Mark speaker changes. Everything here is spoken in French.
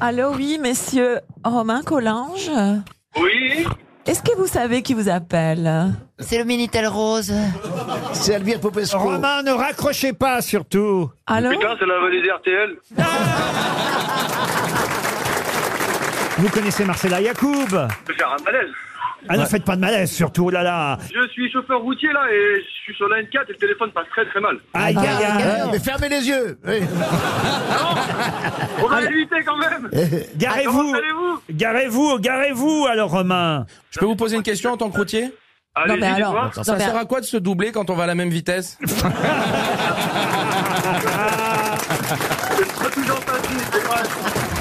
Speaker 1: Allô, oui, messieurs Romain Collange
Speaker 2: Oui
Speaker 1: Est-ce que vous savez qui vous appelle
Speaker 3: C'est le Minitel Rose.
Speaker 4: C'est Elvire Popescu.
Speaker 5: Romain, Oh, ne raccrochez pas surtout.
Speaker 1: Allô
Speaker 2: Putain, c'est la valise RTL.
Speaker 5: Vous connaissez Marcella Yacoub.
Speaker 2: Je vais faire un malaise.
Speaker 5: Ah ne faites pas de malaise surtout, oh là là.
Speaker 2: Je suis chauffeur routier là et je suis sur la N4 et le téléphone passe très très mal.
Speaker 5: Aïe, aïe, aïe.
Speaker 4: Mais fermez les yeux. oui.
Speaker 2: On
Speaker 1: Ah,
Speaker 2: va la lutter quand même
Speaker 1: eh,
Speaker 5: Garez-vous.
Speaker 2: Ah, Comment allez-vous
Speaker 5: Garez-vous, garez-vous alors Romain.
Speaker 6: Je peux vous poser une question en tant que routier
Speaker 2: Allez,
Speaker 1: mais alors,
Speaker 2: dis-moi.
Speaker 1: non,
Speaker 6: Ça
Speaker 1: mais-
Speaker 6: sert à quoi de se doubler quand on va à la même vitesse
Speaker 2: C'est pas toujours facile, c'est vrai.